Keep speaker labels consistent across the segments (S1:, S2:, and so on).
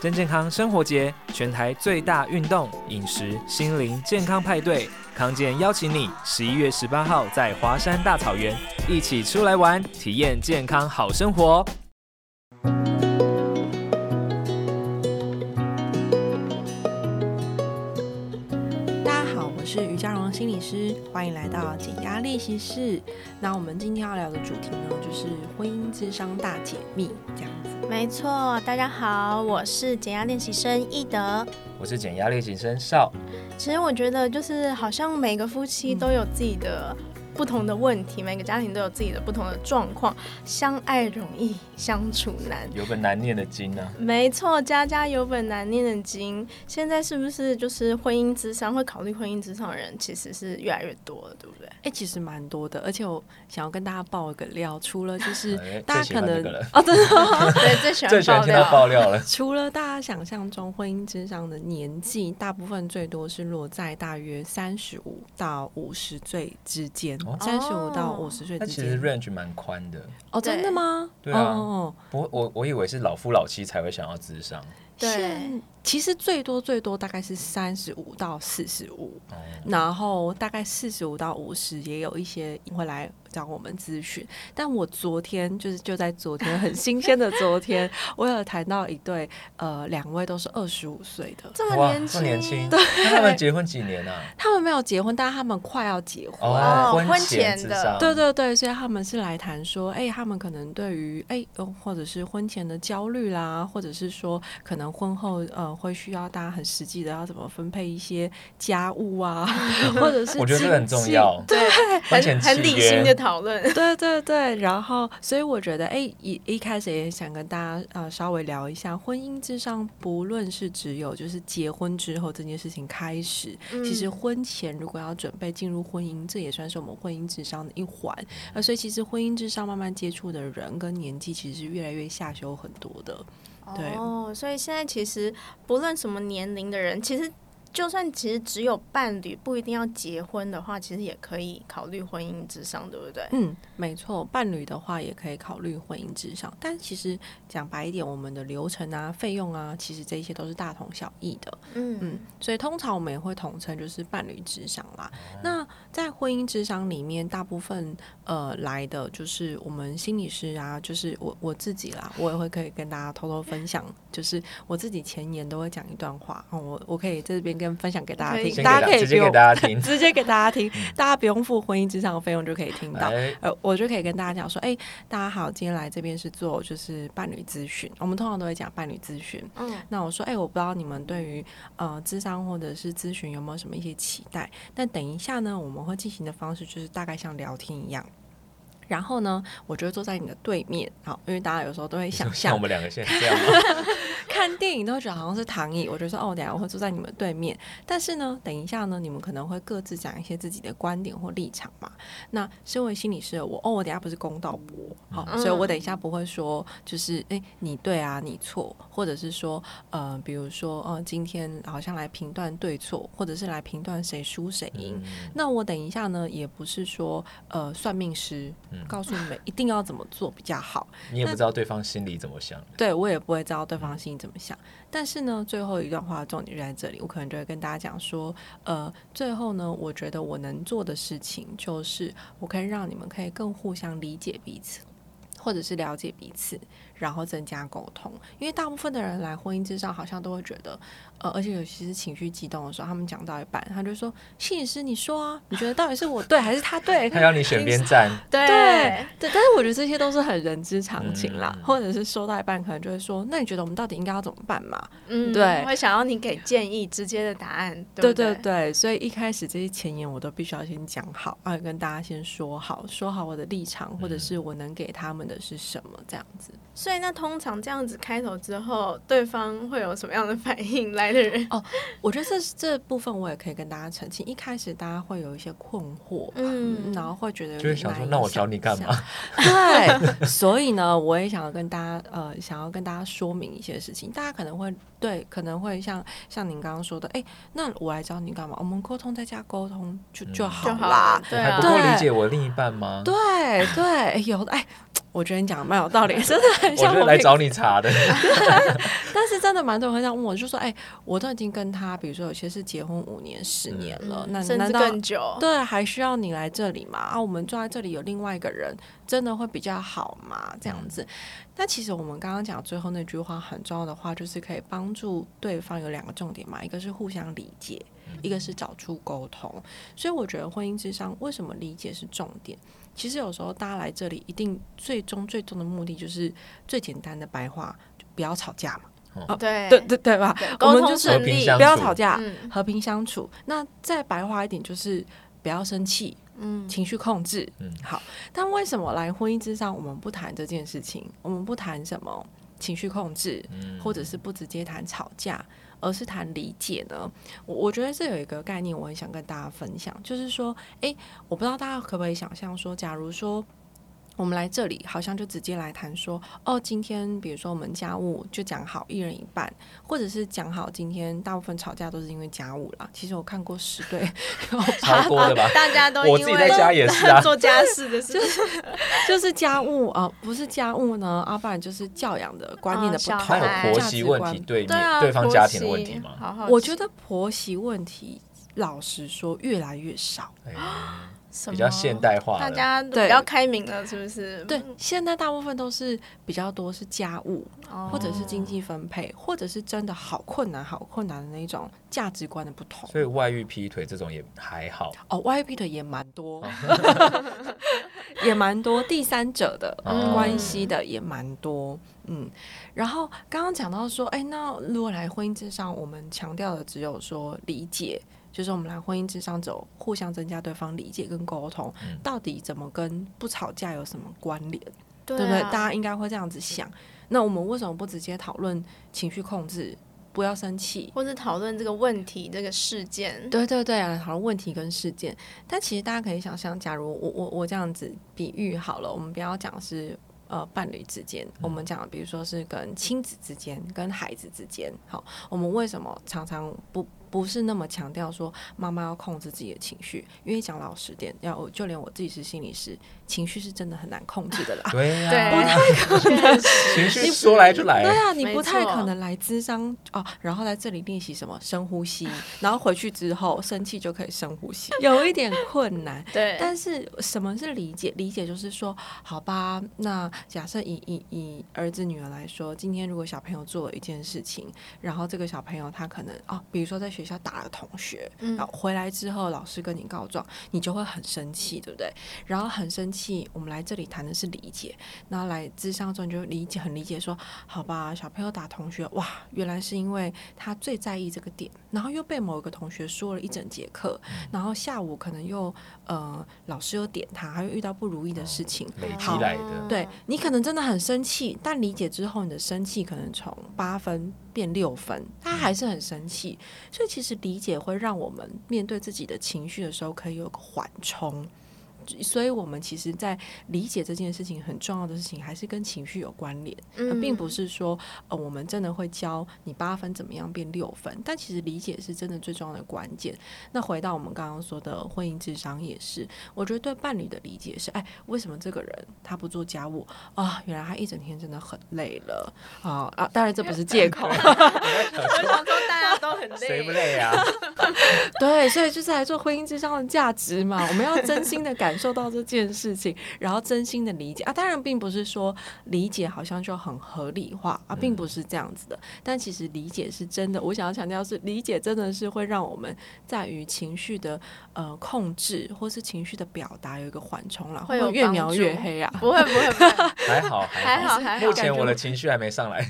S1: 真健康生活节，全台最大运动、饮食、心灵健康派对，康健邀请你十一月十八号在华山大草原一起出来玩，体验健康好生活。
S2: 大家好，我是于嘉荣心理师，欢迎来到减压练习室。那我们今天要聊的主题呢，就是婚姻智商大解密这样子。
S3: 没错，大家好，我是减压练习生易德。
S1: 我是减压练习生少，
S3: 其实我觉得，就是好像每个夫妻都有自己的不同的问题，每个家庭都有自己的不同的状况，相爱容易，相处难。
S1: 有本难念的经 啊。
S3: 没错，家家有本难念的经。现在是不是就是婚姻之商会考虑婚姻之上的人，其实是越来越多了，对不对？
S2: 哎、其实蛮多的，而且我想要跟大家爆一个料，除了就是
S1: 哎
S2: 大
S1: 最喜
S2: 家
S1: 欢
S2: 可
S1: 这
S2: 能
S1: 个了，
S2: 哦，真的哦、
S3: 对，最喜
S1: 最
S3: 欢
S1: 喜欢
S3: 爆
S1: 听到
S3: 料。
S1: 呃爆料了。
S2: 除了大家想象中婚姻智商的年纪，大部分最多是落在大约三十五到五十岁之间
S1: 哦，
S2: 三十五到五十岁
S1: 那
S2: 之
S1: 其实
S2: 间。
S1: range 蛮宽的，
S2: 哦，真的吗？
S1: 对啊
S2: 哦哦
S1: 我我我以为是老夫老妻才会想要智商。
S3: 对，
S2: 其实最多最多大概是三十五到四十五，
S1: 哦
S2: 然后大概四十五到五十也有一些会来找我们咨询。但我昨天就是就在昨天，很新鲜的昨 天，我有谈到一对呃，两位都是二十五岁的，
S3: 这么
S1: 哦哇，
S3: 年
S1: 这
S3: 轻，
S1: 么年轻，那他们结婚几年啊？
S2: 他们没有结婚，但他们快要结婚。
S3: 哦
S1: 婚
S3: 婚
S1: 前
S3: 前
S1: 智
S3: 的
S1: 商，
S2: 对对对，所以他们是来谈说，哎、他们可能对于哎、呃或者是婚前的焦虑啦，或者是说可能婚后呃会需要大家很实际的要怎么分配一些家务 啊，或者是
S1: 我觉得这个很
S2: 经
S1: 重
S2: 济
S1: 要
S2: 对。
S1: 婚前
S3: 很很
S1: 契
S3: 理
S1: 约
S3: 性的讨论。
S2: 对对对，然后所以我觉得，哎，一一开始也想跟大家呃稍微聊一下，婚姻至上，不论是只有就是结婚之后这件事情开始，其实
S3: 嗯
S2: 婚前如果要准备进入婚姻，这也算是我们婚姻智商的一环。呃，所以其实婚姻智商慢慢接触的人跟年纪其实是越来越下修很多的。对
S3: 哦，所以现在其实不论什么年龄的人，其实就算其实只有伴侣，不一定要结婚的话，其实也可以考虑婚姻之上，对不对？
S2: 嗯，没错，伴侣的话也可以考虑婚姻至上，但其实讲白一点，我们的流程啊、费用啊，其实这一些都是大同小异的。
S3: 嗯
S2: 嗯，所以通常我们也会统称就是伴侣智商啦。
S1: 哦
S2: 那在婚姻智商里面，大部分呃来的就是我们心理师啊，就是我我自己啦，我也会可以跟大家偷偷分享，就是我自己前言都会讲一段话，哦、我我可以在这边跟分享给大家
S3: 可以
S2: 听，
S1: 先给
S2: 大家可以
S1: 直接
S2: 不
S1: 给
S2: 用。
S1: 大家听
S2: 直接给大家听，大家不用付婚姻智商的费用就可以听到。
S1: 哎，
S2: 呃，我就可以跟大家讲说，哎、大家好，今天来这边是做就是伴侣咨询，我们通常都会讲伴侣咨询，
S3: 嗯
S2: 那我说，哎、我不知道你们对于呃智商或者是咨询有没有什么一些期待？那等一下呢，我们会进行的方式就是大概像聊天一样。然后呢，我就会坐在你的对面，好，因为大家有时候都会 想
S1: 像我
S2: 象
S1: 们两个现在这样吗？
S2: 看电影都会觉得好像是躺椅，我就说哦，等一下我会坐在你们对面。但是呢，等一下呢，你们可能会各自讲一些自己的观点或立场嘛。那身为心理师的我，哦，我等一下不是公道博，好、
S3: 嗯
S2: 所以我等一下不会说就是哎你对啊，你错，或者是说呃，比如说呃，今天好像来评断对错，或者是来评断谁输谁赢。
S4: 嗯
S2: 那我等一下呢，也不是说呃算命师
S1: 嗯
S2: 告诉你们一定要怎么做比较好，
S1: 你也不知道对方心里怎么想。
S2: 对我也不会知道对方心里怎么想。但是呢，最后一段话的重点就在这里，我可能就会跟大家讲说，呃，最后呢，我觉得我能做的事情就是，我可以让你们可以更互相理解彼此。或者是了解彼此，然后增加沟通，因为大部分的人来婚姻之上，好像都会觉得，呃，而且尤其是情绪激动的时候，他们讲到一半，他就说：“心理师，你说啊，你觉得到底是我对还是他对？”
S1: 他要你选边站，
S3: 对
S2: 对对，但是我觉得这些都是很人之常情啦，
S1: 嗯
S2: 或者是说到一半可能就会说，那你觉得我们到底应该要怎么办嘛？
S3: 嗯
S2: 对
S3: 会想要你给建议，直接的答案，
S2: 对
S3: 不对
S2: 对，所以一开始这些前言我都必须要先讲好，啊，跟大家先说好，说好我的立场，或者是我能给他们的是什么这样子。
S3: 所以那通常这样子开头之后，对方会有什么样的反应？来的人，
S2: 我觉得这这部分我也可以跟大家澄清，一开始大家会有一些困惑。嗯，
S3: 嗯
S2: 然后会觉得有
S1: 就会
S2: 点
S1: 想说，
S2: 难以
S1: 那我找你干
S2: 想
S1: 嘛？
S2: 对，所以呢，我也想要跟大家呃，想要跟大家说明一些事情。大家可能会对，可能会像像您刚刚说的，哎、那我来找你干嘛？我们沟通在家沟通就就
S1: 嗯
S2: 好
S3: 就好
S2: 啦
S3: 了。
S1: 我
S3: 对
S1: 还
S3: 啊
S1: 不，够
S2: 对
S1: 理解我另一半吗？
S2: 对对，有的哎，我觉得你讲的蛮有道理， 真的很
S4: 我
S2: 像
S4: 就是
S2: 我
S4: 来
S2: 平
S4: 找你查的。
S2: 但是真的蛮多人会这样问我，就说：“哎、我都已经跟他，比如说有些是结婚五年、十年
S1: 嗯
S2: 了，那
S3: 嗯甚
S2: 难
S3: 至
S2: 道
S3: 更久。
S2: 对还需要你来这里吗？啊，我们坐在这里有另外一个人，真的会比较好吗？这样子。那其实我们刚刚讲最后那句话很重要的话，就是可以帮助对方有两个重点嘛，一个是互相理解，一个是找出沟通。所以我觉得婚姻之商为什么理解是重点？其实有时候大家来这里，一定最终最终的目的就是最简单的白话，就不要吵架嘛。
S3: 对
S2: 对对对吧？
S3: 对
S2: 我
S3: 沟
S2: 们就
S3: 通
S2: 是
S4: 和
S3: 顺
S4: 平
S3: 利，
S4: 相
S2: 不要
S4: 处
S2: 吵架，
S3: 嗯
S2: 和平相处。那再白话一点，就是不要生气，
S3: 嗯，
S2: 情绪控制。
S4: 嗯
S2: 好。但为什么来婚姻之上，我们不谈这件事情？我们不谈什么情绪控制，
S4: 嗯
S2: 或者是不直接谈吵架，而是谈理解呢？我我觉得这有一个概念，我很想跟大家分享，就是说，诶，我不知道大家可不可以想象说，假如说。我们来这里好像就直接来谈说，哦，今天比如说我们家务就讲好一人一半，或者是讲好今天大部分吵架都是因为家务啦。其实我看过十对，有 八
S4: 超多的吧？
S3: 大家都
S4: 我
S3: 因
S4: 自己
S3: 为
S4: 在家也是啊
S3: 做家事的事情，
S2: 就是家务啊、呃不是家务呢，啊，不然就是教养的观念的不
S3: 啊小
S2: 同，
S4: 他有
S3: 孩
S4: 婆
S2: 价
S4: 媳
S2: 值
S4: 问
S2: 观
S4: 题，对
S3: 对
S4: 面
S3: 啊，
S4: 对方
S3: 婆
S4: 家庭的
S3: 媳
S4: 问题吗？
S3: 好好奇，
S2: 我觉得婆媳问题，老实说越来越少。
S4: 哎
S3: 什
S4: 比较
S3: 么
S4: 现代化
S3: 大
S4: 了，
S3: 家都
S2: 对
S3: 比较开明了，是不是？
S2: 对，现在大部分都是比较多是家务，
S3: 哦，
S2: 或者是经济分配，或者是真的好困难、好困难的那一种价值观的不同。
S4: 所以外遇、劈腿这种也还好。
S2: 哦，YP 的也蛮多， 也蛮多第三者的、
S4: 哦
S2: 关系的也蛮多，嗯。然后刚刚讲到说，哎，那如果来婚姻之上，我们强调的只有说理解，就是我们来婚姻之上走，互相增加对方理解跟沟通，
S4: 嗯
S2: 到底怎么跟不吵架有什么关联，
S3: 对
S2: 对不对？大
S3: 啊
S2: 家应该会这样子想。那我们为什么不直接讨论情绪控制，不要生气，
S3: 或是讨论这个问题、这个事件，
S2: 对对对啊，讨论问题跟事件。但其实大家可以想象，假如我我我这样子比喻好了，我们不要讲是呃伴侣之间，
S3: 嗯
S2: 我们讲比如说是跟亲子之间、跟孩子之间，好，我们为什么常常不？不是那么强调说妈妈要控制自己的情绪，因为讲老实点，要就连我自己是心理师，情绪是真的很难控制的啦。
S4: 对呀、
S3: 对，确实
S4: 情绪说来就来
S2: 对， 啊，你
S3: 没
S2: 不太
S3: 错
S2: 可能来咨商哦，然后在这里练习什么深呼 吸，然后回去之后生气就可以深呼吸，有一点困难。
S3: 对，
S2: 但是什么是理解？理解就是说，好吧，那假设以以以儿子女儿来说，今天如果小朋友做了一件事情，然后这个小朋友他可能哦，比如说在学校打了同学，
S3: 嗯
S2: 然后回来之后老师跟你告状，你就会很生气，对不对？然后很生气，我们来这里谈的是理解，那来智商之后你就理解很理解说，好吧，小朋友打同学，哇，原来是因为他最在意这个点，然后又被某一个同学说了一整节课，然后下午可能又呃老师又点他，他又遇到不如意的事情，
S4: 累
S3: 嗯
S4: 积
S2: 好
S4: 来的。
S2: 对你可能真的很生气，但理解之后，你的生气可能从八分变六分，他还是很生气。所以其实理解会让我们面对自己的情绪的时候，可以有个缓冲。所以，我们其实，在理解这件事情很重要的事情，还是跟情绪有关联。那
S3: 嗯
S2: 呃并不是说，呃，我们真的会教你八分怎么样变六分，但其实理解是真的最重要的关键。那回到我们刚刚说的婚姻智商也是，我觉得对伴侣的理解是，哎，为什么这个人他不做家务啊？原来他一整天真的很累了啊啊！当然这不是借口，
S3: 我想说大家都很
S4: 谁不
S3: 累，
S4: 累啊？
S2: 对，所以就是来做婚姻之上的价值嘛，我们要真心的感受到这件事情，然后真心的理解啊。当然，并不是说理解好像就很合理化啊，并
S3: 嗯
S2: 不是这样子的。但其实理解是真的，我想要强调是理解真的是会让我们在于情绪的呃控制或是情绪的表达有一个缓冲了，
S3: 会
S2: 会不会
S3: 有
S2: 越
S3: 帮
S2: 描越
S3: 助
S2: 黑啊？
S3: 不会不会不会，
S4: 还好还
S3: 还好
S2: 哎
S3: 还好
S4: 目前 我的情绪还没上来，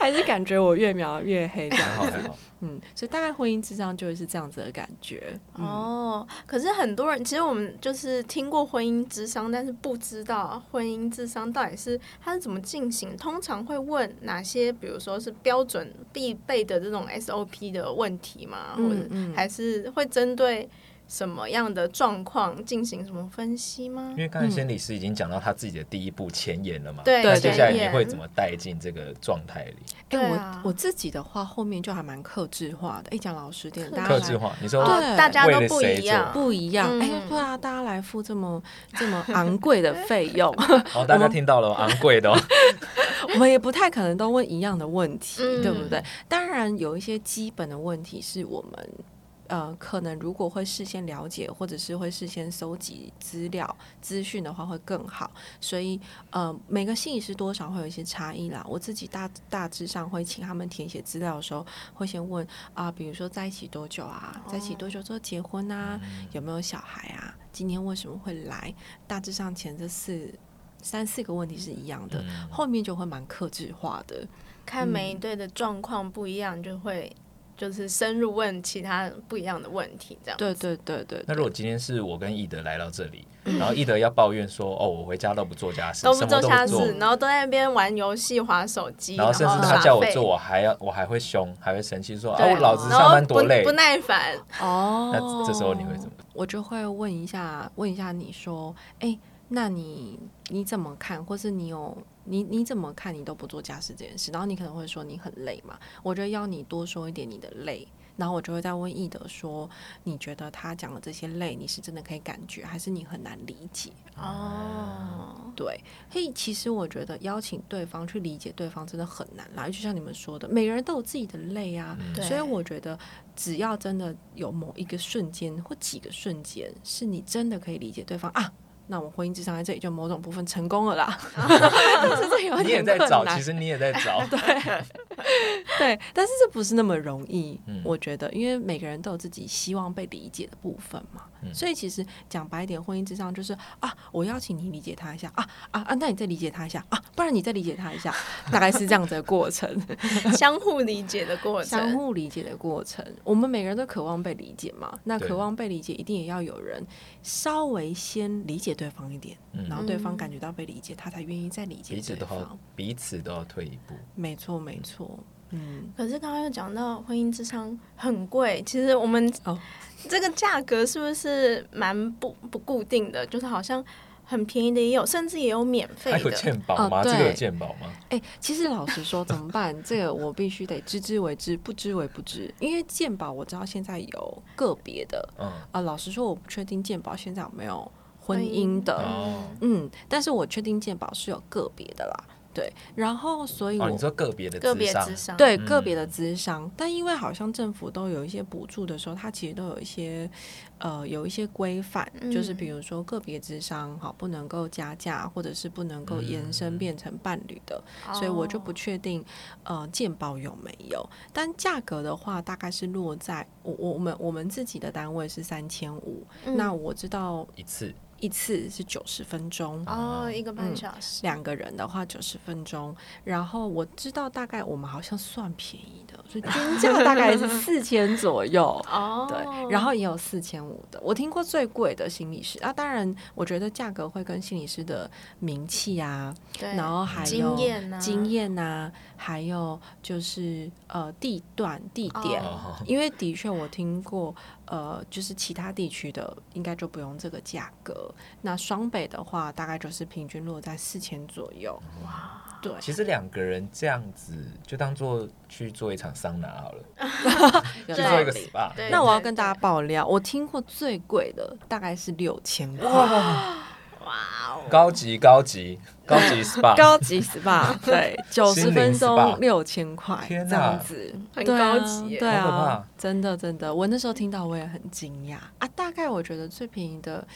S2: 还是感觉我越描越黑这
S4: 还好
S2: 样
S4: 还
S2: 子？
S4: 好。
S2: 嗯，所以大概婚姻之上就是这样子的感觉。 嗯、
S3: 哦，可是很多人其实我们就是听过婚姻智商，但是不知道婚姻智商到底是它是怎么进行。通常会问哪些，比如说是标准必备的这种 SOP 的问题吗？或
S2: 嗯
S3: 者
S2: 嗯
S3: 还是会针对什么样的状况进行什么分析吗
S4: 因？为刚才心理师已经讲到他自己的第一步前言了嘛，
S3: 对
S4: 那接下来
S3: 前
S4: 你
S3: 言
S4: 会怎么带进这个状态里？
S2: 哎、
S3: 对啊
S2: 我我自己的话，后面就还蛮克制化的。一讲老实点，
S3: 克
S2: 大
S4: 克
S2: 家
S3: 当然
S4: 制
S2: 来
S4: 化，你
S3: 哦
S4: 说
S2: 对
S3: 大家
S4: 为
S3: 都
S4: 了
S3: 不
S4: 谁
S3: 一样，
S2: 不一样。哎、
S3: 嗯
S2: 对啊，大家来付这么这么昂贵的费用，
S4: 哦，大家听到了哦，昂贵的哦，
S2: 我们也不太可能都问一样的问题，
S3: 嗯
S2: 对不对？当然有一些基本的问题是我们。呃，可能如果会事先了解，或者是会事先搜集资料资讯的话，会更好。所以，呃，每个心理师多少会有一些差异啦。我自己大大致上会请他们填写资料的时候，会先问啊、比如说在一起多久啊，在一起多久之后结婚啊，有没有小孩啊，今天为什么会来？大致上前这四三四个问题是一样的，
S4: 嗯
S2: 后面就会蛮克制化的。
S3: 看每一对的状况不一样，就会就是深入问其他不一样的问题，这样。
S2: 对对对对
S4: 那如果今天是我跟易德来到这里，然后易德要抱怨说，哦，我回家都不做家事，
S3: 都
S4: 什
S3: 不
S4: 么
S3: 做
S4: 都
S3: 家
S4: 不
S3: 事
S4: 做，，
S3: 然后都在那边玩游戏、划手机，
S4: 然后甚至他
S3: 耍
S4: 叫我
S3: 废
S4: 做，我还要我还会凶，还会生气说，啊，
S3: 对
S4: 我老子
S3: 然
S4: 上
S3: 后
S4: 班多
S3: 不
S4: 累
S3: 不，耐烦，
S2: 哦
S4: 那这时候你会怎么？
S2: 我就会问一下，问一下你说，哎、那你你怎么看，或是你有你你怎么看？你都不做家事这件事，然后你可能会说你很累嘛，我就要你多说一点你的累。然后我就会再问易德说：“你觉得他讲的这些累，你是真的可以感觉，还是你很难理解？”
S3: 哦，
S2: 对，所以其实我觉得邀请对方去理解对方真的很难啦，就像你们说的，每个人都有自己的累啊，
S4: 嗯
S3: 对
S2: 所以我觉得只要真的有某一个瞬间或几个瞬间，是你真的可以理解对方啊。那我婚姻智商在这里就某种部分成功了 啦， 是这哦有
S4: 你也
S2: 点
S4: 在
S2: 困
S4: 找，
S2: 难
S4: 其。实你也在找，
S2: 对，但是这不是那么容易，
S4: 嗯
S2: 我觉得，因为每个人都有自己希望被理解的部分嘛。
S4: 嗯
S2: 所以其实讲白一点，婚姻之上就是啊，我邀请你理解他一下啊啊啊，那你再理解他一下啊，不然你再理解他一下，大概是这样子的 过程，
S3: 相互理解的过
S2: 相
S3: 程，
S2: 互理解的过程。我们每个人都渴望被理解嘛，那
S4: 对
S2: 渴望被理解，一定也要有人稍微先理解对方一点，
S4: 嗯
S2: 然后对方感觉到被理解，他才愿意再理解
S4: 彼此
S2: 对
S4: 都
S2: 方
S4: 要。彼此都要退一步，
S2: 没错，没错，嗯，
S3: 可是刚刚又讲到婚姻智商很贵，其实我们
S2: 哦
S3: 这个价格是不是蛮不不固定的？就是好像很便宜的也有，甚至也有免费
S4: 哎还有
S3: 的。
S4: 鉴宝吗？
S2: 哦
S4: 这个有
S2: 对
S4: 鉴宝吗？
S2: 哎、其实老实说，怎么办？这个我必须得知之为知，不知为不知。因为鉴宝我知道现在有个别的
S4: 嗯，
S2: 啊、老实说，我不确定鉴宝现在有没有婚
S3: 婚
S2: 姻的，
S4: 哦
S2: 嗯，但是我确定鉴宝是有个别的啦。对，然后所以我、
S4: 哦，你说个别的
S3: 个
S4: 智
S3: 别
S4: 商
S3: 智商，
S2: 哦对
S4: 嗯
S2: 个别的咨商，但因为好像政府都有一些补助的时候，它其实都有一些呃有一些规范，就是比如说个别咨商好不能够加价，或者是不能够延
S4: 嗯
S2: 伸变成伴侣的，所以我就不
S3: 哦
S2: 确定呃健保有没有。但价格的话，大概是落在我我我们我们自己的单位是三千五，
S3: 嗯
S2: 那我知道
S4: 一次，
S2: 一次是九十分钟。
S3: 哦一个半
S2: 嗯
S3: 小时，
S2: 两个人的话九十分钟，然后我知道大概我们好像算便宜的，所以均价大概是 四千左右。
S3: 哦，
S2: 对，然后也有四千五的，我听过最贵的心理师啊，当然我觉得价格会跟心理师的名气啊，
S3: 对
S2: 然后还有
S3: 经验啊呢，
S4: 嗯
S2: 经验呐、还有就是呃地段、地点，
S4: 哦
S2: 因为的确我听过，呃，就是其他地区的应该就不用这个价格。那双北的话，大概就是平均落在四千左右。哇，对，
S4: 哦其实两个人这样子就当做去做一场桑拿好了，
S2: 有
S4: 去
S3: 对
S2: 道
S4: 做一
S2: 理
S4: 个 SPA。
S3: 对
S2: 那我要跟大家爆料，我听过最贵的大概是六千块，
S3: 哇哦，
S4: 高级高级高 级 SPA，
S2: 高级 SPA，对，九十
S4: 心灵
S2: 分钟
S4: SPA
S2: 六千块，
S4: 天
S2: 这
S4: 哪
S2: 样子，
S3: 很
S2: 对
S3: 高
S2: 啊
S3: 级耶
S2: 对
S4: 好可
S2: 啊
S4: 怕，
S2: 真的真的，我那时候听到我也很惊讶啊。大概我觉得最便宜的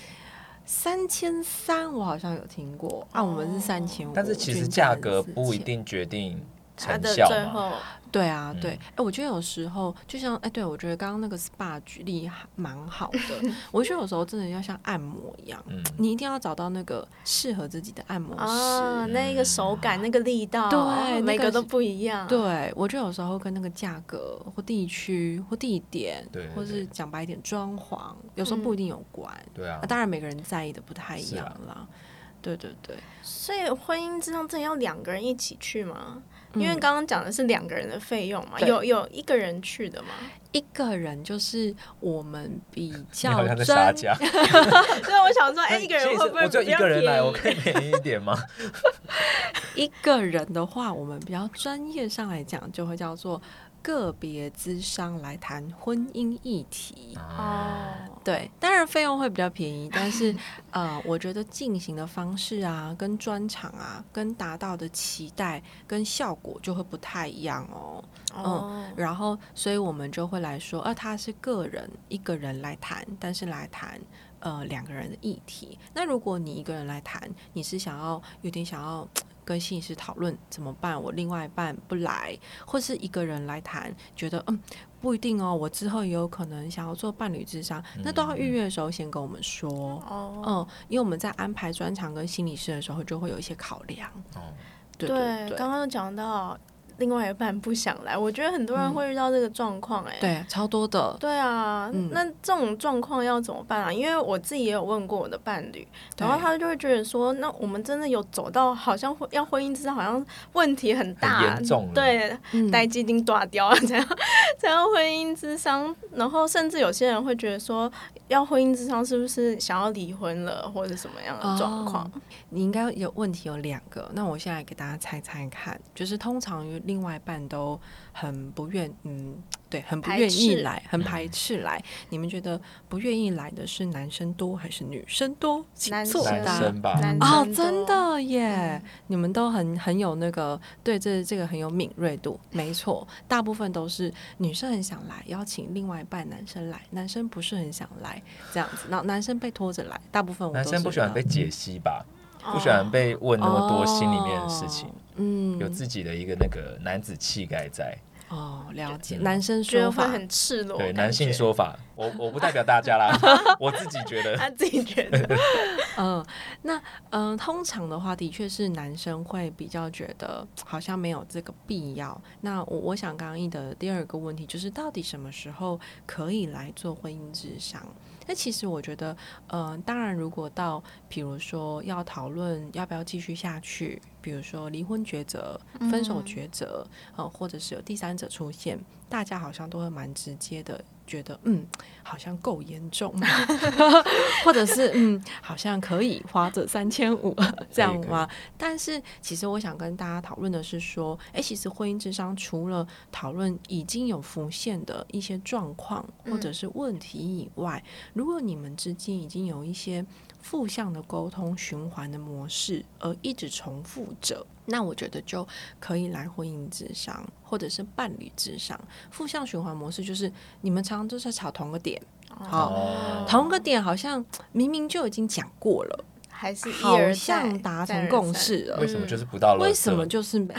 S2: 三千三，我好像有听过啊，我们是三千五，
S4: 嗯但是其实
S2: 均
S4: 价
S2: 价
S4: 格
S2: 是
S4: 不一
S2: 4000。
S4: 定决定
S3: 他
S4: 成
S3: 的
S4: 效
S3: 最
S4: 嘛。
S3: 后
S2: 对啊，对，
S4: 嗯
S2: 哎、我觉得有时候就像哎、对我觉得刚刚那个 SPA 举例还蛮好 的，我觉得有时候真的要像按摩一样，
S4: 嗯，
S2: 你一定要找到那个适合自己的按摩师。
S3: 啊，那一个手感、那个力道，
S2: 对那个
S3: 每个都
S2: 是
S3: 不一
S4: 啊
S3: 样。
S2: 对，我觉得有时候跟那个价格或地区或地点，
S4: 对对
S2: 或是
S4: 对
S2: 讲白一点，装潢有时候不一定有关。
S4: 对啊
S2: 啊，，当然每个人在意的不太一
S4: 是
S2: 样
S4: 啊
S2: 啦。对对对，
S3: 所以婚姻之上，真的要两个人一起去吗？因
S4: 嗯
S3: 为刚刚讲的是两个人的费用嘛，
S2: 对
S3: 有有一个人去 的嘛，
S2: 一个人就是我们比
S4: 你好
S2: 较
S4: 像在
S2: 专
S4: 杀价，
S3: 所以我想说，哎，一个人会不会
S4: 我就
S3: 比
S4: 一
S3: 较
S4: 个人来，
S3: 便宜
S4: 我可以便宜一点 吗？
S2: 一个人的话，我们比较专业上来讲，就会叫做个别咨商来谈婚姻议题。
S4: 啊
S3: 哦，
S2: 对，当然费用会比较便宜，但是呃，我觉得进行的方式啊、跟专场啊、跟达到的期待跟效果就会不太一样哦。
S4: 嗯
S3: 哦，
S2: 然后，所以我们就会来说，呃，他是个人一个人来谈，但是来谈呃两个人的议题。那如果你一个人来谈，你是想要有点想要跟心理师讨论怎么办，我另外一半不来，或是一个人来谈，觉得嗯不一定哦，我之后也有可能想要做伴侣智商，那都要预约的时候先跟我们说。
S3: 哦，
S2: 嗯，因为我们在安排专场跟心理师的时候，就会有一些考量。
S4: 哦
S2: 对对
S3: 刚刚有讲到另外一半不想来，我觉得很多人
S4: 嗯
S3: 会遇到这个状况，哎，
S2: 对，超多的。
S3: 对啊，
S2: 嗯
S3: 那这种状况要怎么办啊？因为我自己也有问过我的伴侣，
S2: 对
S3: 然后他就会觉得说，那我们真的有走到好像婚要婚姻之上，好像问题很大，
S4: 很严重了
S3: 对，
S2: 嗯
S3: 待机钉断 掉啊，这样这样婚姻之商，然后甚至有些人会觉得说，要婚姻之商是不是想要离婚了，或者什么样的状况？
S2: 哦你应该有问题有两个，那我现在给大家猜猜看，就是通常另外一半都很不愿，嗯，对，很不
S3: 排
S2: 愿意
S3: 斥
S2: 来，很排斥来。你们觉得不愿意来的是男生多还是女生多？请
S3: 男
S2: 作
S4: 男
S3: 生啊
S2: 答。
S4: 生吧，
S3: 男
S2: 哦，
S3: 生
S2: 真
S3: 多嗯
S2: 的耶！你们都很很有那个对这这个很有敏锐度，没错，大部分都是女生很想来，邀请另外一半男生来，男生不是很想来这样子，然后男生被拖着来，大部分我
S4: 男
S2: 都
S4: 生
S2: 是
S4: 不喜欢
S2: 这样
S4: 被解析吧，不喜
S3: 哦
S4: 欢被问那么多心里面的事情
S2: 哦，嗯，
S4: 有自己的一个那个男子气概在。
S2: 哦，了解，
S4: 嗯
S2: 男生
S3: 觉
S2: 说
S3: 得会
S2: 法
S3: 很赤裸，
S4: 对，
S3: 感
S4: 男性
S3: 觉
S4: 说法，哦我我不代表大家 啦，我自己觉得
S3: 他自己觉 得，
S2: 嗯，那嗯、呃通常的话，的确是男生会比较觉得好像没有这个必要。那我我想刚刚一的第二个问题就是，到底什么时候可以来做婚姻智商？那其实我觉得，嗯、当然，如果到比如说要讨论要不要继续下去，比如说离婚抉择、分手
S3: 嗯
S2: 抉择，呃，或者是有第三者出现，大家好像都会蛮直接的，觉得嗯，好像够严 重， 或者是嗯，好像可以花这三千 五这样吗？但是其实我想跟大家讨论的是说，哎、其实婚姻智商除了讨论已经有浮现的一些状况
S3: 嗯
S2: 或者是问题以外，如果你们之间已经有一些负向的沟通循环的模式，而一直重复着，那我觉得就可以来婚姻智商或者是伴侣智商。负向循环模式就是你们常常都在吵同个点，好
S4: 哦
S2: 同个点好像明明就已经讲过了，
S3: 还是一
S2: 好
S3: 而
S2: 像
S3: 再
S2: 达
S3: 再
S2: 成
S3: 而
S2: 共
S3: 三
S2: 识了
S4: 为。什么就是不到了？
S2: 嗯为什么就是没？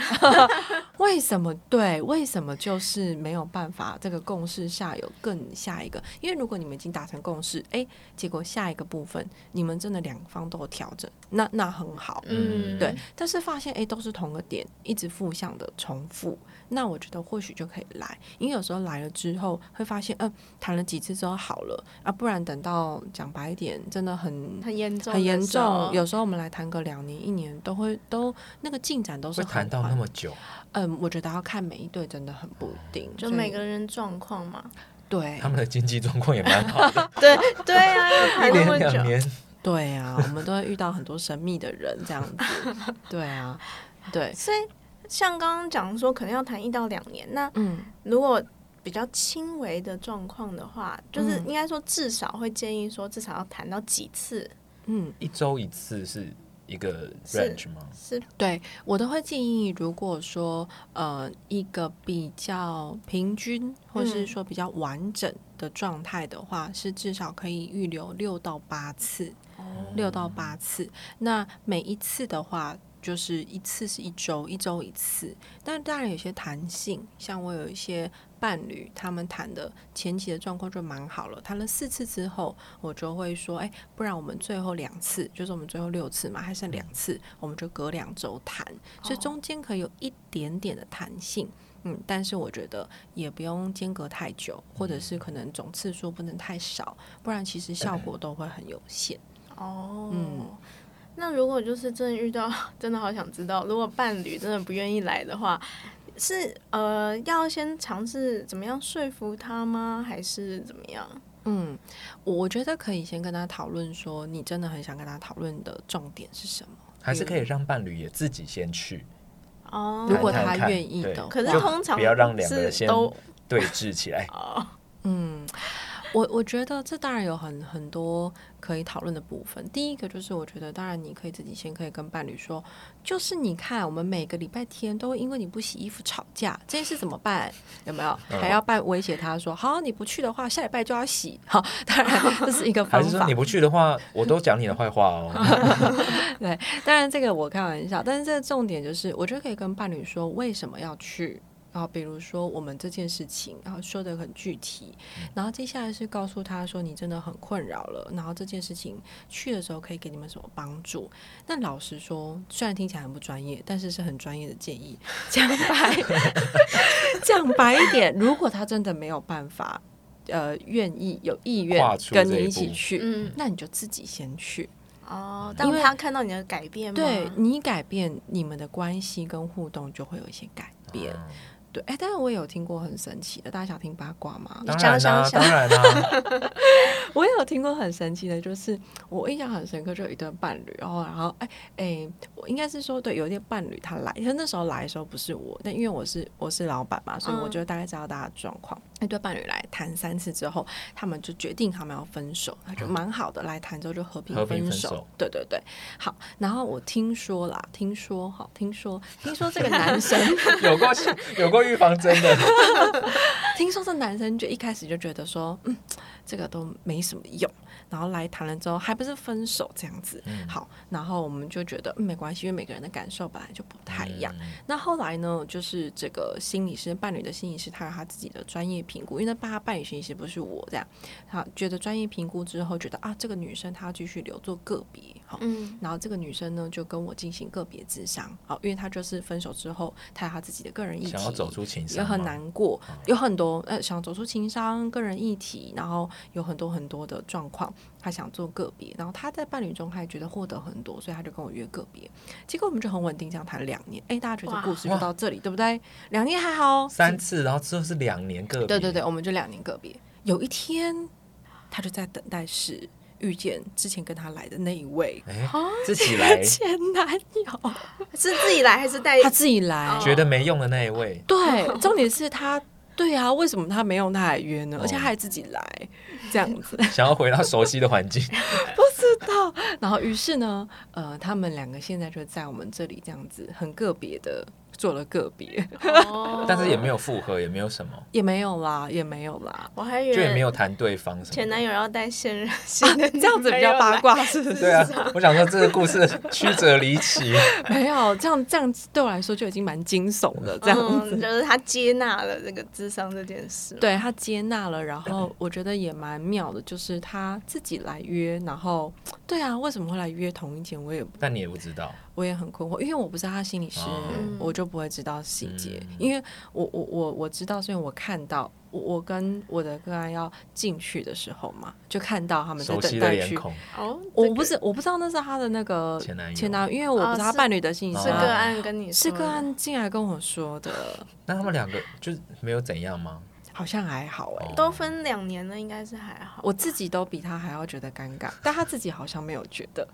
S2: 为什么对？为什么就是没有办法？这个共识下有更下一个，因为如果你们已经达成共识，哎，结果下一个部分你们真的两方都有调整，那那很好，
S3: 嗯
S2: 对。但是发现哎都是同个点，一直负向的重复，那我觉得或许就可以来，因为有时候来了之后会发现，嗯、谈了几次之后好了啊，不然等到讲白一点，真的很
S3: 很严重，
S2: 很严重。有时候我们来谈个两年、一年，都会都那个进展都是
S4: 会
S2: 很
S4: 谈到
S2: 缓
S4: 那么久？
S2: 嗯，我觉得要看每一对，真的很不一定，
S3: 就
S2: 所以
S3: 每个人状况嘛。
S2: 对
S4: 他们的经济状况也蛮好 的，
S3: 对 对啊，要 排
S4: 一
S3: 那
S4: 年
S3: 么
S4: 两
S3: 久，
S4: 年，
S2: 对啊，我们都会遇到很多神秘的人这 样子，对啊，对，
S3: 所以像刚刚讲说，可能要谈一到两年。那
S2: 嗯，
S3: 如果比较轻微的状况的话，就是
S2: 嗯
S3: 应该说至少会建议说，至少要谈到几次
S2: 嗯，
S4: 一周一次是一个
S3: 是
S4: range 吗？
S3: 是
S2: 对我都会建议，如果说呃一个比较平均或是
S3: 嗯
S2: 说比较完整的状态的话，是至少可以预留六到八次，
S4: 哦
S2: 六到八次。那每一次的话，就是一次是一周，一周一次。但当然有些弹性，像我有一些伴侣，他们谈的前期的状况就蛮好了，谈了四次之后，我就会说，哎、不然我们最后两次，就是我们最后六次嘛，还剩两次，我们就隔两周谈，所以
S3: 哦
S2: 中间可以有一点点的弹性。嗯，但是我觉得也不用间隔太久，或者是可能总次数不能太少，不然其实效果都会很有限。
S3: 哦。
S2: 嗯
S3: 那如果就是真的遇到，真的好想知道，如果伴侣真的不愿意来的话，是呃要先尝试怎么样说服他吗？还是怎么样？
S2: 嗯，我我觉得可以先跟他讨论说，你真的很想跟他讨论的重点是什么。
S4: 还是可以让伴侣也自己先去，
S3: 哦，
S2: 如果
S4: 谈
S2: 他
S4: 谈看
S2: 愿意
S4: 对
S2: 的话，
S3: 可是
S4: 就
S3: 通常
S4: 不要让两个
S3: 是
S4: 人先
S3: 都
S4: 对峙起 来。
S3: 哦，
S2: 嗯，我我觉得这当然有很很多可以讨论的部分。第一个就是，我觉得当然你可以自己先可以跟伴侣说，就是你看我们每个礼拜天都会因为你不洗衣服吵架，这件事怎么办？有没有？还
S4: 嗯
S2: 要办威胁他说，好，你不去的话，下礼拜就要洗。好，当然这是一个方
S4: 还是说
S2: 法
S4: 你。不去的话，我都讲你的坏话哦。
S2: 当然这个我开玩笑，但是这个重点就是，我觉得可以跟伴侣说为什么要去。然后比如说我们这件事情，然后说的很具体，
S4: 嗯
S2: 然后接下来是告诉他说你真的很困扰了，然后这件事情去的时候可以给你们什么帮助。那老实说，虽然听起来很不专业，但是是很专业的建议。 讲白，讲白一点，如果他真的没有办法，呃，愿意有意愿
S4: 跨出
S2: 跟
S4: 这一
S2: 你一起
S4: 步
S2: 去，
S3: 嗯，
S2: 那你就自己先去。
S3: 哦，
S2: 因
S3: 当
S2: 为
S3: 他看到你的改变吗？
S2: 对你改变你们的关系跟互动，就会有一些改变。
S3: 啊
S4: 嗯
S2: 对，哎，但是我也有听过很神奇的，大家想听八卦吗？
S4: 当
S3: 想
S4: 然啦、
S3: 想
S4: 当然啦、
S2: 我也有听过很神奇的，就是我印象很深刻，就有一对伴侣，然后然后哎哎，我应该是说对，有一对伴侣他来，他那时候来的时候不是我，但因为我是我是老板嘛，所以我
S3: 嗯
S2: 就大概知道大家的状况。那对伴侣来谈三次之后，他们就决定他们要分手，他就蛮好的，来谈之后就和平
S4: 和
S2: 分
S4: 平分
S2: 手。
S4: 手
S2: 对对对，好。然后我听说啦，听说哈，听说听说这个男生，
S4: 有过有过预防针的，
S2: 听说这男生就一开始就觉得说，嗯，这个都没什么用，然后来谈了之后还不是分手这样子。
S4: 嗯
S2: 好，然后我们就觉得、嗯、没关系，因为每个人的感受本来就不太一样。
S4: 嗯
S2: 那后来呢，就是这个心理师伴侣的心理师，他有他自己的专业评估，因为那他伴侣心理师不是我这样，他觉得专业评估之后，觉得啊，这个女生她要继续留做个别，好、
S3: 嗯，
S2: 然后这个女生呢就跟我进行个别智商，好、因为她就是分手之后，她有她自己的个人议题，
S4: 想要走出情商
S2: 也很
S4: 吗哦
S2: 难过，有很多呃想走出情商、个人议题，然后有很多很多的状况，他想做个别，然后他在伴侣中他也觉得获得很多，所以他就跟我约个别，结果我们就很稳定这样谈两年，哎，大家觉得
S3: 哇
S2: 故事就
S4: 哇
S2: 到这里对不对？两年还好哦，
S4: 三次，然后之后是两年个别，
S2: 对对对，，我们就两年个别。有一天，他就在等待室遇见之前跟他来的那一位
S4: 哎、自己 来
S2: 前男友，
S3: 是自己来还是带？
S2: 他自己来，
S4: 觉得没用的那一位，
S2: 对，重点是他，对啊，为什么他没用他还约呢？
S4: 哦
S2: 而且他还自己来，这样子
S4: 想要回到熟悉的环境，
S2: 不知道。然后于是呢，呃，他们两个现在就在我们这里这样子很个别的做了个别，
S3: 哦
S4: 但是也没有复合，也没有什么，
S2: 也没有啦，也没有 啦。
S3: 我还以
S4: 就也没
S3: 为
S4: 有谈对方什么的
S3: 前男友要带现 任，新
S2: 啊
S3: 的
S2: 这样子比较八卦，是不 是？
S4: 对啊，我想说这个故事曲折离 奇，
S2: 没有这样，这样对我来说就已经蛮惊悚的。这
S3: 女友来，
S2: 样
S3: 嗯，
S2: 子，
S3: 就是他接纳了这个智商这件事。，
S2: 对他接纳了，然后我觉得也蛮妙的，就是他自己来约，然后对啊，为什么会来约同一间，我也
S4: 但你也不知道，
S2: 我也很困惑，因为我不是他心理师，
S4: 哦
S2: 我就不会知道细节。
S4: 嗯
S2: 因为我我我我知道，所以我看到我我跟我的个案要进去的时候嘛，就看到他们在
S4: 熟悉
S2: 等
S4: 的
S2: 待
S4: 脸
S2: 区。
S4: 孔，
S3: 哦，
S2: 我
S3: 这个
S2: 不是我不知道那是他的那个
S4: 前男友
S2: 前男友，因为我不
S3: 哦
S2: 是他
S3: 是
S2: 伴侣的心理
S4: 哦
S2: 师
S3: 是
S2: 啊，
S3: 个案跟你
S2: 是
S3: 说的
S2: 个，案进来跟我说的，
S4: 那他们两个就是没有怎样吗？
S2: 好像还好哎、
S4: 哦
S3: 都分两年了，应该是还好。
S2: 我自己都比他还要觉得尴尬，但他自己好像没有觉得。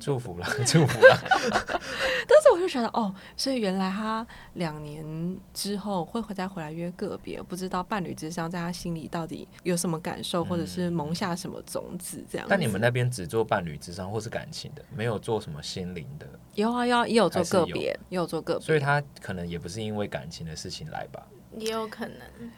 S4: 祝福啦，祝福 啦，
S2: 但是我就觉得哦，所以原来他两年之后会回再回来约个别，不知道伴侣之上在他心里到底有什么感受，或者是萌下什么种子这样子。
S4: 但你们那边只做伴侣智商或是感情的，没有做什么心灵的，
S2: 有啊有啊也有做
S4: 还是
S2: 个
S4: 有
S2: 别，也有做个别，
S4: 所以他可能也不是因为感情的事情来吧。
S3: 也有可能，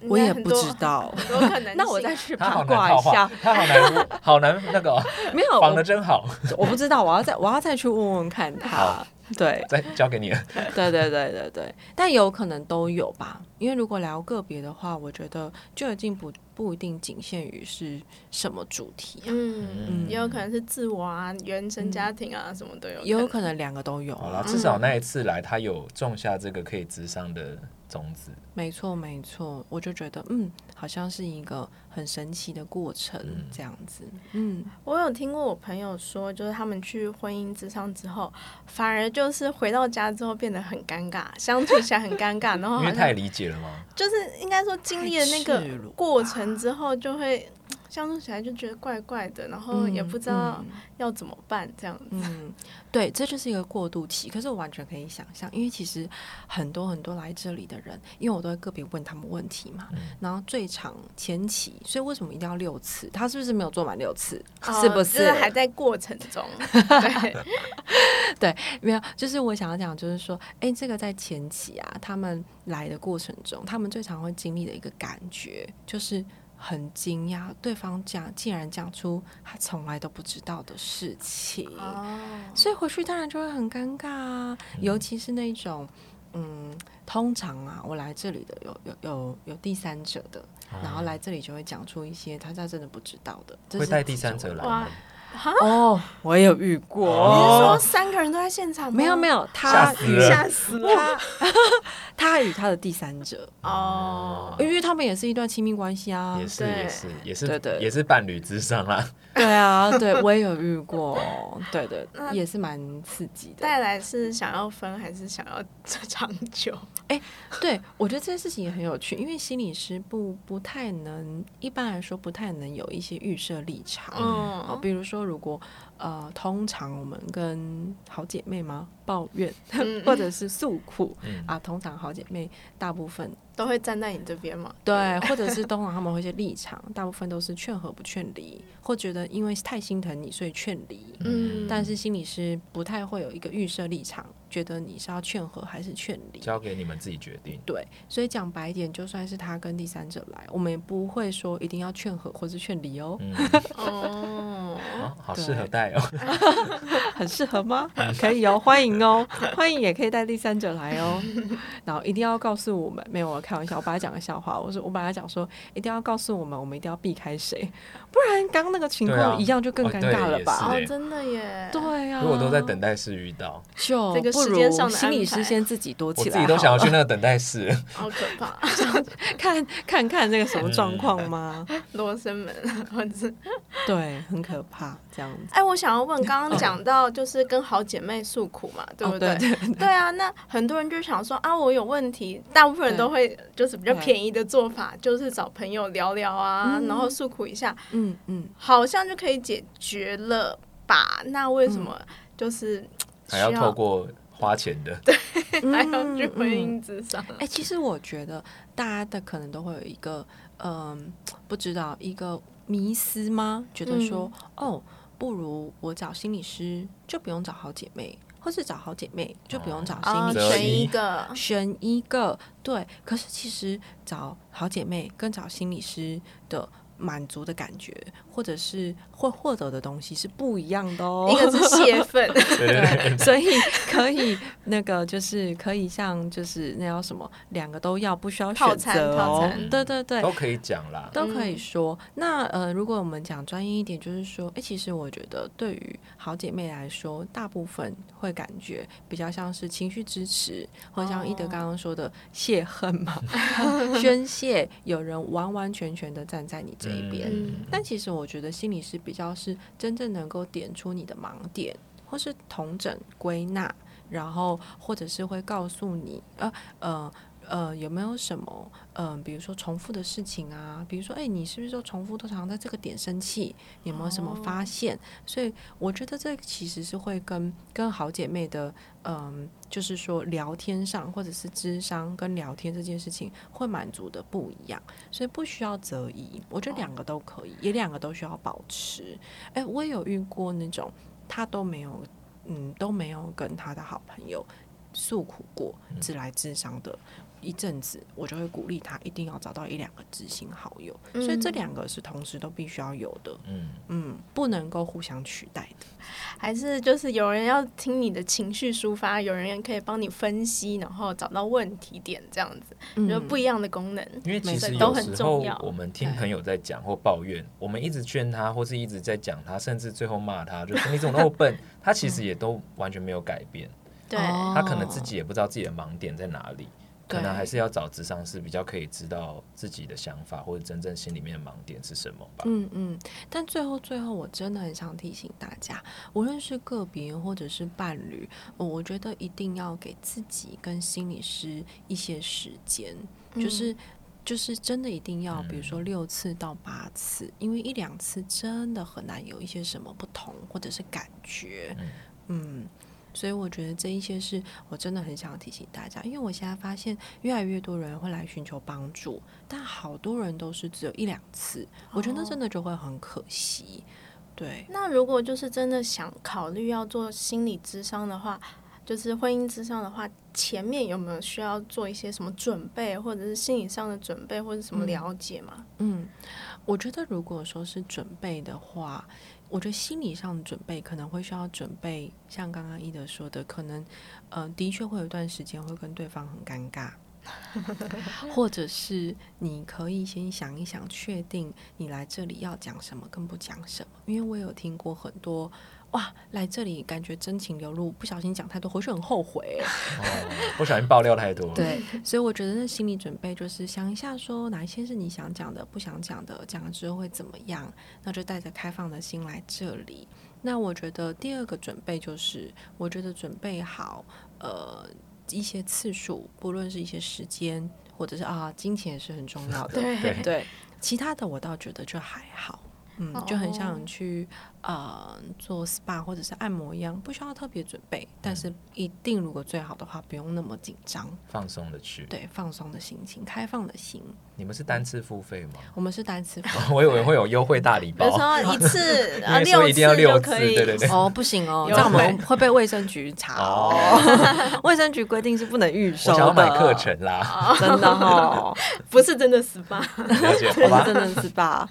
S2: 我也
S3: 应该很
S2: 不
S3: 多
S2: 知。道。
S3: 很多 可能性啊，
S2: 那我 再去
S4: 他
S2: 八
S4: 好难
S2: 卦一
S4: 套话
S2: 下，，
S4: 他好 难，好难那个哦、
S2: 没有，
S4: 防的
S2: 我
S4: 真好，
S2: 我不知道，我要再我要再去问问看他
S4: 好。
S2: 对
S4: 再交给你了。
S2: 对对对对对，但有可能都有吧，因为如果聊个别的话，我觉得就已经不不一定仅限于是什么主题啊、
S3: 嗯，
S2: 嗯
S3: 也有可能是自我啊、原生家庭啊，什么都有。
S2: 也有可能两个都有、
S4: 好啦，
S2: 啊。
S4: 至少那一次来，他有种下这个可以智商的种子。
S2: 没错，没错，我就觉得，嗯，好像是一个很神奇的过程，
S4: 嗯
S2: 这样子，嗯，
S3: 我有听过我朋友说，就是他们去婚姻之上之后，反而就是回到家之后变得很尴尬，相处起来很 尴尬，
S2: 哦
S3: 然后
S4: 因
S3: 好
S4: 为太
S3: 像
S4: 理解了吗？
S3: 就是应该说经历了那个
S2: 太赤裸
S3: 过
S2: 啊
S3: 程之后，就会嗯相处起来就觉得怪怪的，然
S2: 哦
S3: 后也不知道要怎么办这样子。
S2: 嗯，嗯对，这就是一个过渡期。可是我完全可以想象，因为其实很多很多来这里的人，因为我都会个别问他们问题嘛，
S4: 嗯
S2: 然后最长前期，所以为什么一定要六次？他是不是没有做满六次？
S3: 哦
S2: 嗯是不？
S3: 就是还在过程 中，对，
S2: 没有，就是我想要讲，就是说，哎、这个在前期啊，他们来的过程中，他们最常会经历的一个感觉，就是很惊讶，对方讲竟然讲出他从来都不知道的事情，
S4: 啊
S3: 哦，
S2: 所以回去当然就会很尴尬啊，
S4: 嗯
S2: 尤其是那种。嗯，通常啊，我来这里的有有有有第三者的，
S4: 啊
S2: 然后来这里就会讲出一些他他真的不知道的，这
S4: 会
S2: 是
S4: 带
S2: 其
S4: 第三
S2: 中
S4: 者
S2: 一
S4: 来
S2: 个
S4: 吗
S3: 哇？
S2: 哦，我也有遇过，
S3: 你是说
S4: 哦
S3: 三个人都在现场吗？
S2: 没有没有，
S4: 吓
S2: 他
S4: 死
S2: 与
S4: 人
S3: 吓死了
S2: 他 他与他的第三者，
S3: 哦，
S2: 因为他们也是一段亲密关系啊
S4: 也。是
S3: 对
S4: 也是也是
S2: 对对
S4: 也是伴侣之上啦。
S2: 对啊，对我也有遇过， 对对，
S3: 那
S2: 也是蛮刺激的。
S3: 带来是想要分还是想要 长久？
S2: 对，我觉得这件事情也很有趣，因为心理师不不太能，一般来说不太能有一些预设立场。好，
S3: 嗯，
S2: 比如说，如果呃，通常我们跟好姐妹嘛抱怨，
S3: 嗯
S2: 或者是诉苦
S4: 嗯，
S2: 啊，通常好姐妹大部分
S3: 都会站在你这边嘛？
S2: 对，或者是通常他们会一些立场，大部分都是劝和不劝离，或觉得因为太心疼你，所以劝离。
S3: 嗯
S2: 但是心理师不太会有一个预设立场，觉得你是要劝和还是劝离。
S4: 交给你们自己决定。
S2: 对，所以讲白一点，就算是他跟第三者来，我们也不会说一定要劝和或是劝离哦，
S4: 嗯，
S3: 哦，
S4: 哦好
S2: 对嗯
S4: 适合带哦。
S2: 很适合吗？可以哦，欢迎哦，欢迎也可以带第三者来哦。然后一定要告诉我们，没有，我开玩笑，我把他讲个笑话，我说我把他讲说，一定要告诉我们，我们一定要避开谁，不然刚刚那个情
S4: 对啊
S2: 况一样就更
S4: 哦
S2: 尴
S4: 对
S2: 尬了
S4: 也
S2: 吧？
S3: 哦
S4: 是，
S3: 真的耶，
S2: 对呀、啊，
S4: 如果都在等待室遇到，
S2: 就
S3: 这个
S2: 不
S3: 时
S2: 如
S3: 间上的
S2: 心理
S3: 安
S2: 师
S3: 排
S2: 先自己躲
S4: 我
S2: 起
S4: 自
S2: 来好了，哦
S4: 己都想要去那个等待室。
S3: 好可怕，
S2: 看看看这个什么状况吗？
S3: 罗生门，或者是
S2: 对，很可怕，这样子。
S3: 哎，我想要问，刚刚讲到就是跟好姐妹诉苦嘛，对
S2: 嗯
S3: 不
S2: 哦对？
S3: 对啊，那很多人就想说啊，我有问题，大部分人
S2: 对
S3: 都会就是比较
S2: 对
S3: 便宜的做法，就是找朋友聊聊啊，
S2: 嗯
S3: 然后诉苦一下，
S2: 嗯嗯，
S3: 好像就可以解决了吧？那为什么就是需
S4: 还要透过花钱的，
S3: 还要去
S2: 嗯嗯
S3: 婚姻之上？
S2: 哎、其实我觉得大家的可能都会有一个，嗯、不知道一个迷思吗？觉得说，
S3: 嗯
S2: 哦，不如我找心理师，就不用找好姐妹，或是找好姐妹就不用找
S3: 啊，
S2: 心理
S4: 择
S2: 师。
S3: 选
S4: 一
S3: 一个，
S2: 选一个对，可是其实找好姐妹跟找心理师的满足的感觉，或者是会获得的东西是不一样的哦。
S3: 一个是泄愤，
S4: 对对对，
S2: 对，所以可以那个就是可以像就是那叫什么，两个都要，不需要
S3: 套
S2: 选
S3: 餐
S2: 择
S3: 套
S2: 哦
S3: 餐。嗯
S2: 对对对，
S4: 都可以讲啦。
S2: 都可以说。那呃，如果我们讲专业一点，就是说，哎、其实我觉得对于好姐妹来说，大部分会感觉比较像是情绪支持，或像一德
S3: 哦
S2: 刚刚说的泄恨嘛， 宣泄，有人完完全全的站在你这一边。
S3: 嗯
S2: 但其实我觉得心理师比较是真正能够点出你的盲点，或是统整归纳，然后或者是会告诉你，呃呃呃，有没有什么，嗯、比如说重复的事情啊，比如说，哎、你是不是说重复都常常在这个点生气？你有没有什么发现？所以我觉得这其实是会跟跟好姐妹的，嗯、就是说聊天上或者是智商跟聊天这件事情会满足的不一样。所以不需要择一，我觉得两个都可以，也两个都需要保持。哎、我也有遇过那种他都没有，嗯，都没有跟他的好朋友诉苦过，
S4: 嗯
S2: 自来智商的。一阵子，我就会鼓励他一定要找到一两个知心好友，所以这
S3: 嗯
S2: 两个是同时都必须要有的，
S4: 嗯，
S2: 嗯，不能够互相取代的。
S3: 还是就是有人要听你的情绪抒发，有人也可以帮你分析，然后找到问题点，这样子，就
S2: 嗯，
S3: 不一样的功能。
S4: 因为其实
S3: 每个
S4: 有
S3: 都很
S4: 时候
S3: 重要
S4: 我们听朋友在讲或抱怨，我们一直劝他，或是一直在讲他，甚至最后骂他，就说你怎么那么 笨？他
S3: 嗯
S4: 其实也都完全没有改变，
S3: 对，
S2: 哦
S3: 哦
S4: 他可能自己也不知道自己的盲点在哪里。可能
S2: 对
S4: 还是要找智商师比较可以知道自己的想法或者真正心里面的盲点是什么吧。
S2: 嗯嗯，但最后最后，我真的很想提醒大家，无论是个别或者是伴侣，呃我觉得一定要给自己跟心理师一些时间，就
S3: 嗯
S2: 是。就是真的一定要，比如说
S4: 嗯
S2: 六次到八次，因为一两次真的很难有一些什么不同或者是感觉，
S4: 嗯
S2: 嗯，所以我觉得这一些是我真的很想提醒大家，因为我现在发现越来越多人会来寻求帮助，但好多人都是只有一两次，我觉得那
S3: 哦
S2: 真的就会很可惜。对，
S3: 那如果就是真的想考虑要做心理咨商的话，就是婚姻咨商的话，前面有没有需要做一些什么准备，或者是心理上的准备，或者什么
S2: 嗯
S3: 了解吗？
S2: 嗯，我觉得如果说是准备的话，我觉得心理上的准备可能会需要准备，像刚刚一德说的，可能呃的确会有一段时间会跟对方很尴尬。或者是你可以先想一想，确定你来这里要讲什么跟不讲什么，因为我有听过很多哇，来这里感觉真情流露，不小心讲太多，回去很后悔欸。
S4: 哦， 不小心爆料太多。
S2: 对，所以我觉得那心理准备就是想一下，说哪一些是你想讲的，不想讲的，讲了之后会怎么样，那就带着开放的心来这里。那我觉得第二个准备就是，我觉得准备好呃一些次数，不论是一些时间，或者是啊金钱也是很重要的，
S3: 对
S4: 对
S2: 对，其他的我倒觉得就还好，嗯，就很像你去呃做 SPA 或者是按摩一样，不需要特别准备，但是一定如果最好的话，不用那么紧张，
S4: 放松的去。
S2: 对，放松的心情，开放的心。
S4: 你们是单次付费吗？
S2: 我们是单词
S4: 我以为会有优惠大礼
S3: 比如
S4: 包。
S3: 说一 次
S4: 因
S3: 啊，
S4: 为说一定要
S3: 六
S4: 六
S3: 次就
S4: 次，
S3: 可以，
S4: 对对对。
S2: 哦，不行哦，
S3: 有
S2: 这样我们会被卫生局查 哦。卫生局规定是不能预
S4: 我
S2: 收
S4: 想要
S2: 的，
S4: 买课，程啦，
S2: 真 的哦，
S3: 不是真的 SPA
S4: 了解，好
S2: 不是
S4: 吧嗯
S2: 真？的 SPA，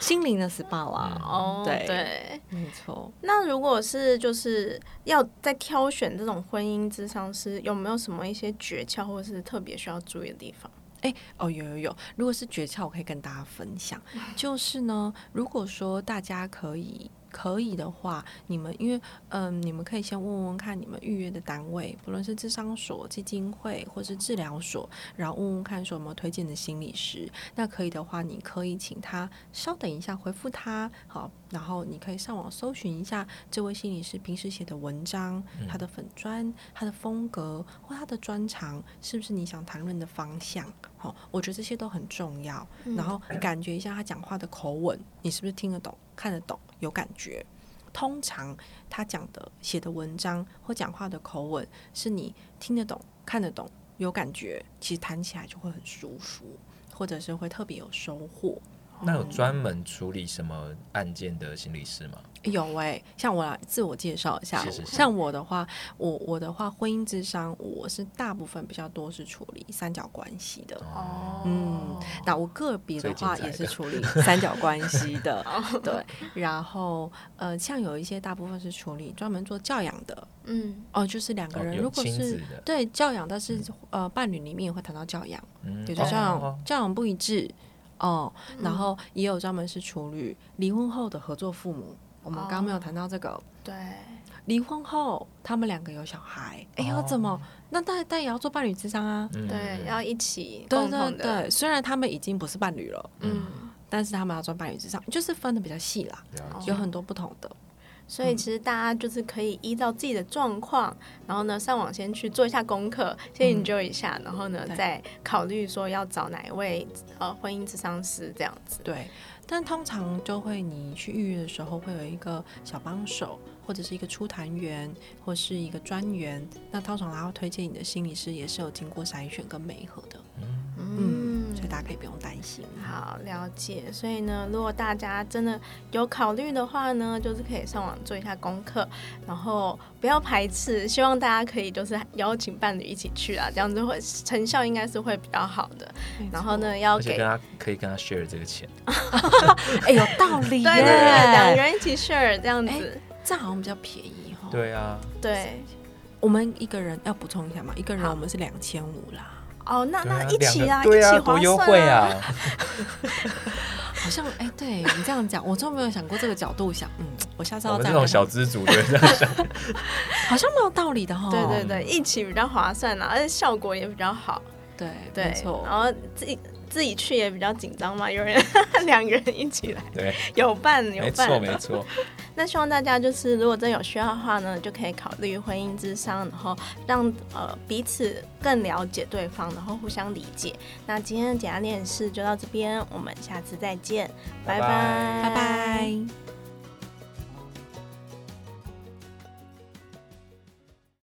S2: 心灵的 SPA 啦，
S3: 哦
S2: 对
S3: 对，
S2: 没错。
S3: 那如果是就是要在挑选这种婚姻咨商师，有没有什么一些诀窍，或者是特别需要注意的地方？
S2: 哎、哦，有有有，如果是诀窍，我可以跟大家分享，就是呢，如果说大家可以。可以的话，你们因为嗯、你们可以先问问看你们预约的单位，不论是智商所、基金会或是治疗所，然后问问看说有没有推荐的心理师。那可以的话，你可以请他稍等一下回复他，好，然后你可以上网搜寻一下这位心理师平时写的文章、他的粉砖、他的风格或他的专长，是不是你想谈论的方向？好、我觉得这些都很重要。然后感觉一下他讲话的口吻，你是不是听得懂、看得懂、有感觉？通常他讲的、写的文章或讲话的口吻，是你听得懂、看得懂、有感觉，其实谈起来就会很舒服，或者是会特别有收获。
S4: 那有专门处理什么案件的心理师吗？
S2: 有哎、像我来自我介绍一下，
S4: 是是是
S2: 像我的话，我我的话，婚姻之商，我是大部分比较多是处理三角关系的。
S3: 哦，
S2: 嗯，那我个别的
S4: 最精
S2: 话
S4: 彩
S2: 也是
S4: 的哦
S2: 处理三角关系 的， 对。然后呃，像有一些大部分是处理专门做教养的，
S3: 嗯，
S2: 哦，就是两个
S4: 哦
S2: 人
S4: 有
S2: 如果
S4: 亲子
S2: 是
S4: 的
S2: 对教养，但是、呃，伴侣里面也会谈到教养。
S4: 嗯
S2: 对，就教养、
S4: 哦
S2: 教养不一致哦，然
S3: 嗯
S2: 后也有专门是处理离婚后的合作父母。我们刚刚没有
S3: 哦
S2: 谈到这个，
S3: 对，
S2: 离婚后他们两个有小孩，哎，要怎么？那但但也要做伴侣智商啊。
S4: 哦嗯
S3: 对，要一起
S2: 对
S3: 共
S2: 对
S3: 同的，
S2: 对，虽然他们已经不是伴侣了，
S3: 嗯，
S2: 但是他们要做伴侣智商，就是分的比较细啦，
S4: 了
S3: 哦
S4: 解
S2: 有很多不同的。
S3: 所以其实大家就是可以依照自己的状况，然后呢上网先去做一下功课，先
S2: 嗯
S3: enjoy 一下，然后呢
S2: 对
S3: 再考虑说要找哪一位呃婚姻咨商师这样子。
S2: 对，但通常就会你去预约的时候，会有一个小帮手，或者是一个出谈员，或是一个专员。那通常他会推荐你的心理师，也是有经过筛选跟媒合的，嗯，所以大家可以不用担心。
S3: 好，了解。所以呢，如果大家真的有考虑的话呢，就是可以上网做一下功课，然后不要排斥。希望大家可以就是邀请伴侣一起去啊，这样子会成效应该是会比较好的。然后 呢，要
S4: 而且
S3: 给
S4: 跟他可以跟他 share 这个钱，
S2: 哎，有道理
S3: 对对对，两
S2: 耶，
S3: 人一起 share 这样子，
S2: 这样好像比较便宜
S3: 哦
S2: 哈。，
S4: 对啊，
S3: 对。
S2: 我们一个人要补充一下嘛，一个人
S3: 好
S2: 我们是两千五啦，
S3: 哦，那
S4: 对
S3: 那
S4: 啊
S3: 一起
S4: 两
S3: 啊，
S4: 个对
S3: 一
S4: 啊，
S3: 起划
S4: 多优惠
S3: 算！
S4: 啊，
S2: 好像哎，对 你这样讲，我真没有想过这个角度想，嗯，我下次
S4: 我
S2: 要
S4: 们
S2: 再
S4: 这种小
S2: 看
S4: 资族的这样想，
S2: 看，好像蛮有道理的哈。
S3: 啊对对对，一起比较划算啦、而且效果也比较好。
S2: 对，
S3: 对
S2: 没，错
S3: 然，后自己自己去也比较紧张嘛，有人 两个人一起来，
S4: 对，
S3: 有伴有
S4: 没
S3: 伴，
S4: 错没错，
S3: 那希望大家就是，如果真有需要的话呢，就可以考虑婚姻之商，然后让呃彼此更了解对方，然后互相理解。那今天的解压练室就到这边，我们下次再见，拜
S4: 拜拜
S2: 拜拜。